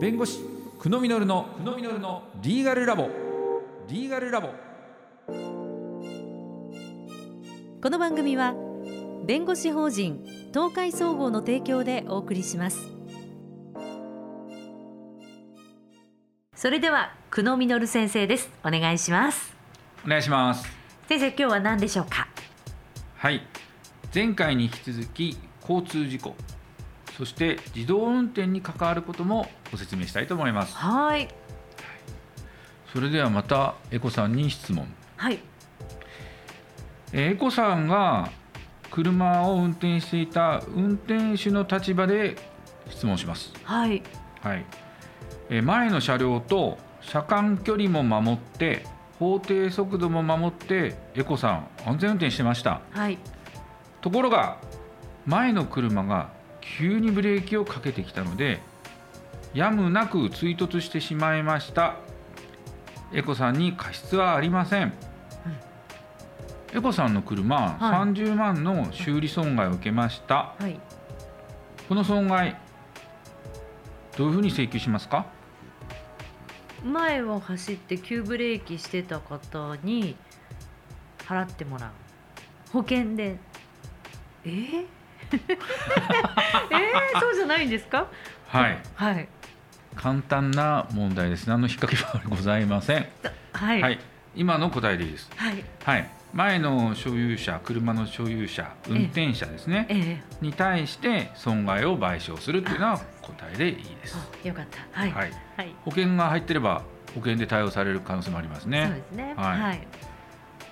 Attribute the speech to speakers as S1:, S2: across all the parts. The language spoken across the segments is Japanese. S1: 弁護士久野実の久野実のリーガルラボリーガルラボ
S2: この番組は弁護士法人東海総合の提供でお送りしますそれでは久野実先生ですお願いします
S1: お願いします
S2: 先生今日は何でしょうか
S1: はい前回に引き続き交通事故そして自動運転に関わることもご説明したいと思います
S2: はい
S1: それではまたエコさんに質問
S2: はい
S1: えーエコさんが車を運転していた運転手の立場で質問します
S2: はい
S1: はい、えー前の車両と車間距離も守って法定速度も守ってエコさん安全運転してました
S2: はい
S1: ところが前の車が急にブレーキをかけてきたのでやむなく追突してしまいましたエコさんに過失はありません、エコさんの車、
S2: はい
S1: 30万の修理損害を受けました
S2: はい
S1: この損害どういうふうに請求しますか
S2: 前を走って急ブレーキしてた方に払ってもらう保険で えー、えー、そうじゃないんですか
S1: はい
S2: はい
S1: 簡単な問題です何の引っ掛けはございません
S2: だはい
S1: はい今の答えでいいです
S2: はい
S1: はい前の所有者車の所有者
S2: ええ
S1: 運転者ですね
S2: ええ
S1: に対して損害を賠償するっていうのは答えでいいです
S2: あよかったはいは、
S1: はいい保険が入ってれば保険で対応される可能性もあります
S2: そう
S1: ね
S2: ですね
S1: はい
S2: はい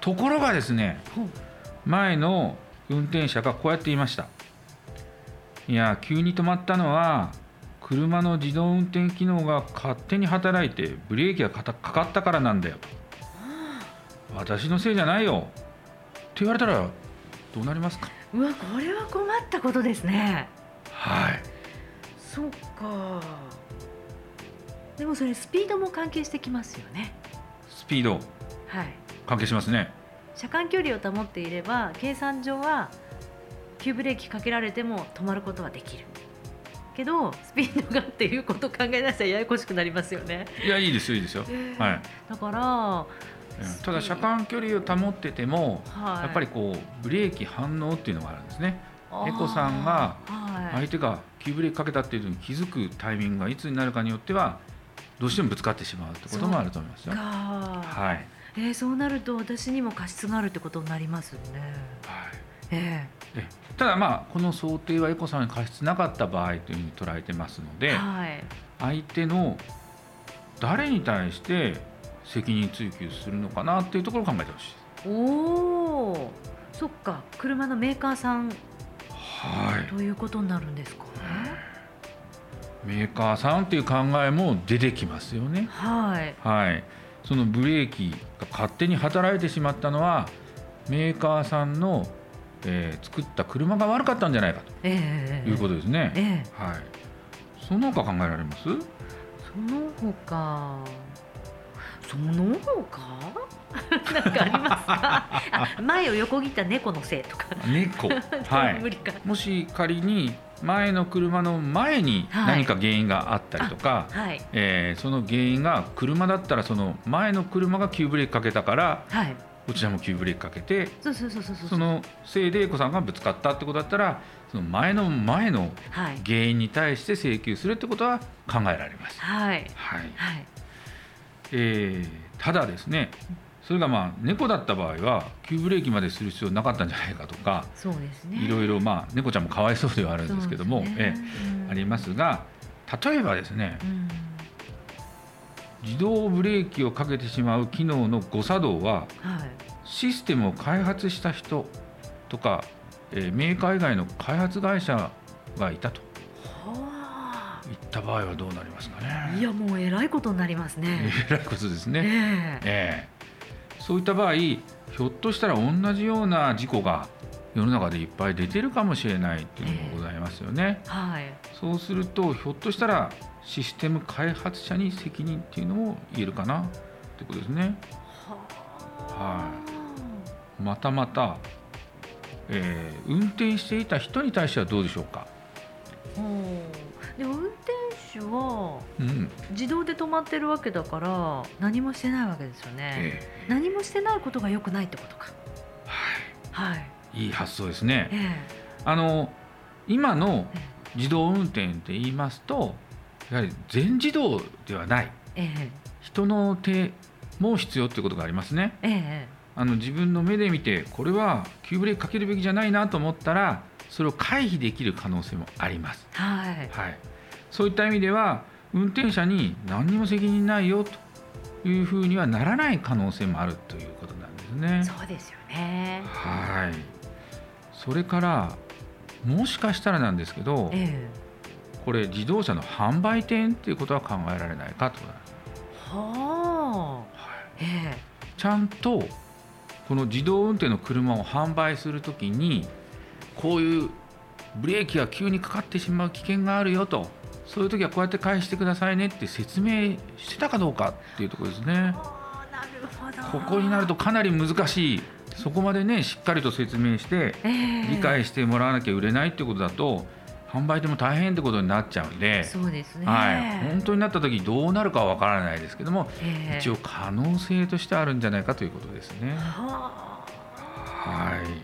S1: ところがですね
S2: ほう
S1: 前の運転者がこうやって言いましたいや急に止まったのは車の自動運転機能が勝手に働いてブレーキがかたかかったからなんだよと私のせいじゃないよって言われたらどうなりますか
S2: うわこれは困ったことですね
S1: はい
S2: そうかでもそれスピードも関係してきますよね
S1: スピード
S2: はい
S1: 関係しますね
S2: 車間距離を保っていれば計算上は急ブレーキかけられても止まることはできるけどスピードがっていうことを考え出したらややこしくなりますよね、
S1: いやいいですよいいですよはい
S2: い、だから、は
S1: うんただ車間距離を保ってても
S2: い、
S1: やっぱりこうブレーキ反応っていうのがあるんですねエコさんが
S2: あーはい
S1: 相手が急ブレーキかけたっていうのに気づくタイミングがいつになるかによってはどうしてもぶつかってしまうってこともあると思いますよ。
S2: が、
S1: はい、はい
S2: えーそうなると私にも過失があるってことになりますねえ
S1: えただまあこの想定はエコさんに過失なかった場合というふうに捉えてますの
S2: え
S1: で
S2: はい
S1: 相手の誰に対して責任追及するのかなっていうところを考えてほしいです。
S2: おおそっか車のメーカーさん
S1: はい、
S2: ということになるんですかね
S1: メーカーさんっていう考えも出てきますよね。
S2: はい
S1: はい、そのブレーキが勝手に働いてしまったのはメーカーさんの、えー作った車が悪かったんじゃないか
S2: え
S1: と
S2: え
S1: いうことですね。
S2: ええ
S1: はい、その他考えられます
S2: その他その他 なんかありますか あ前を横切った猫のせいとか
S1: 猫 は
S2: 無
S1: い、
S2: 理か
S1: もし仮に前の車の前に
S2: は
S1: 何
S2: い
S1: か原因があったりとか、
S2: はい
S1: えーその原因が車だったらその前の車が急ブレーキかけたから
S2: はい
S1: こちらも急ブレーキかけて
S2: そうそうそうそうそう
S1: そのせいで A 子さんがぶつかったってことだったらその前の前の
S2: はい
S1: 原因に対して請求するってことは考えられます。
S2: はい
S1: はい
S2: はい
S1: えーただですねそれがまあ猫だった場合は急ブレーキまでする必要なかったんじゃないかとか
S2: そうですね
S1: いろいろまあ猫ちゃんもかわいそうではあるんですけども、
S2: そうです
S1: え
S2: ねう
S1: え
S2: ん
S1: ありますが例えばですね
S2: うん
S1: 自動ブレーキをかけてしまう機能の誤作動は
S2: はい
S1: システムを開発した人とか、えーメーカー以外の開発会社がいたと
S2: はい
S1: った場合はどうなりますか
S2: あ
S1: ね。
S2: いやもうえらいことになりますね
S1: えらいことです
S2: え
S1: ね。
S2: え
S1: ええそういった場合ひょっとしたら同じような事故が世の中でいっぱい出てるかもしれないっていうのもございますよね。
S2: はい
S1: そうするとひょっとしたらシステム開発者に責任っていうのも言えるかなってことですね。またまた、ええ運転していた人に対してはどうでしょうか。
S2: おーでも運転手は
S1: うん
S2: 自動で止まってるわけだから何もしてないわけですよね、
S1: ええ
S2: 何もしてないことが良くないってことかはい
S1: いい発想ですね
S2: え
S1: あの今の
S2: え
S1: 自動運転って言いますとやはり全自動ではない
S2: ええ
S1: 人の手も必要っていうことがありますね
S2: ええ
S1: あの自分の目で見てこれは急ブレーキかけるべきじゃないなと思ったらそれを回避できる可能性もあります、
S2: はい
S1: はい、そういった意味では運転者に何にも責任ないよというふうにはならない可能性もあるということなんですね。
S2: そうですよね
S1: はいそれからもしかしたらなんですけど
S2: ええ
S1: これ自動車の販売店っていうことは考えられないかと、
S2: はあえ
S1: ちゃんとこの自動運転の車を販売するときにこういうブレーキが急にかかってしまう危険があるよとそういう時はこうやって返してくださいねって説明してたかどうかっていうところです
S2: え
S1: ね
S2: ああなるほど
S1: ここになるとかなり難しいそこまでねしっかりと説明して
S2: ええ
S1: 理解してもらわなきゃ売れないってことだと販売でも大変ってことになっちゃうんで、
S2: そうですね
S1: はい、本当になった時どうなるかは分からないですけども
S2: ええ
S1: 一応可能性としてあるんじゃないかということですね。
S2: は
S1: はい、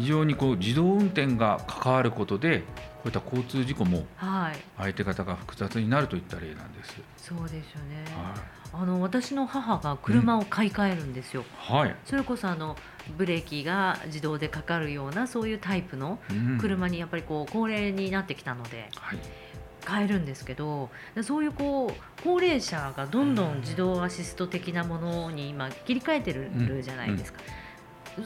S1: 非常にこう自動運転が関わることでこういった交通事故も
S2: あは
S1: 相
S2: い
S1: 手方が複雑になるといった例なんです。
S2: そうですよね
S1: は
S2: あの私の母が車を買い替えるんですよ、
S1: い、はい
S2: それこそあのブレーキが自動でかかるようなそういうタイプの
S1: うん
S2: 車にやっぱりこう高齢になってきたので
S1: はい
S2: 買えるんですけどでそういうこう高齢者がどんどん自動アシスト的なものに今切り替えて
S1: う
S2: る
S1: ん
S2: じゃないですか、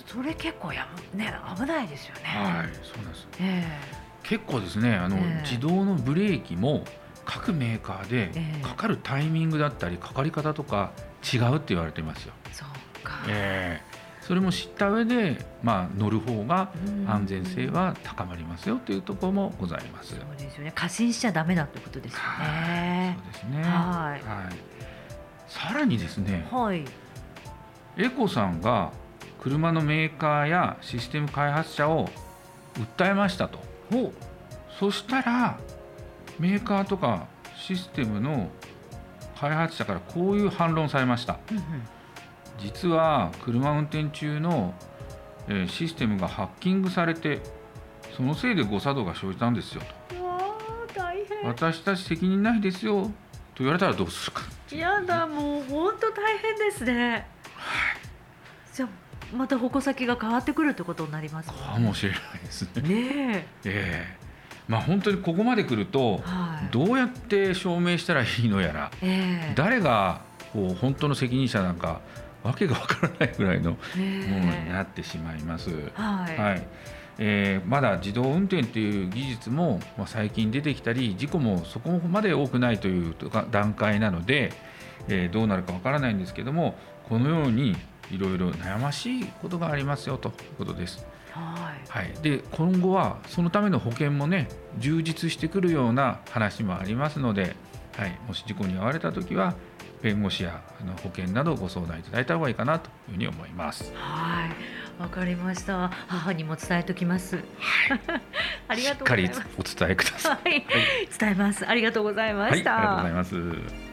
S2: それ結構やぶ、ね、危ないですよね。
S1: はい、そうなんです
S2: え
S1: 結構ですねあの、
S2: ええ
S1: 自動のブレーキも各メーカーで
S2: ええ
S1: かかるタイミングだったりかかり方とか違うって言われてますよ。
S2: えそうか、
S1: ええそれも知った上で、まあ、乗る方が
S2: うん
S1: 安全性は高まりますよというところもございます。
S2: そうですよね過信しちゃダメだってことですよね
S1: そう。ですね。
S2: はい
S1: はい。さらにですね、
S2: はい
S1: エコさんが車のメーカーやシステム開発者を訴えましたと。そしたらメーカーとかシステムの開発者からこういう反論されました。
S2: うんうん
S1: 実は車運転中のえーシステムがハッキングされてそのせいで誤作動が生じたんですよと
S2: わあ大変
S1: 私たち責任ないですよと言われたらどうす るか
S2: やだもう本当大変ですねじゃあまた矛先が変わってくるってことになります
S1: かもしれないですね。
S2: ね
S1: ええまあ本当にここまで来ると
S2: えはい
S1: どうやって証明したらいいのやら
S2: ええ
S1: 誰がこう本当の責任者なんかわけがわからないぐらいのも
S2: え
S1: のに
S2: え
S1: なってしまいます。
S2: はい、
S1: はいえーまだ自動運転という技術もまあ最近出てきたり事故もそこまで多くないというとか段階なので、えーどうなるかわからないんですけどもこのようにいろいろ悩ましいことがありますよということです。
S2: はい
S1: はい、で今後はそのための保険もね充実してくるような話もありますので、はい、もし事故に遭われた時は弁護士やあの保険などをご相談いただいた方がいいかなというふうに思います。
S2: はいわかりました母にも伝えときます
S1: はい、
S2: ありが
S1: しっ
S2: とう
S1: か
S2: ござい
S1: り
S2: ます
S1: お伝えください。
S2: はい、伝えますありがとうございま
S1: はい、あり
S2: した、
S1: がとうございます。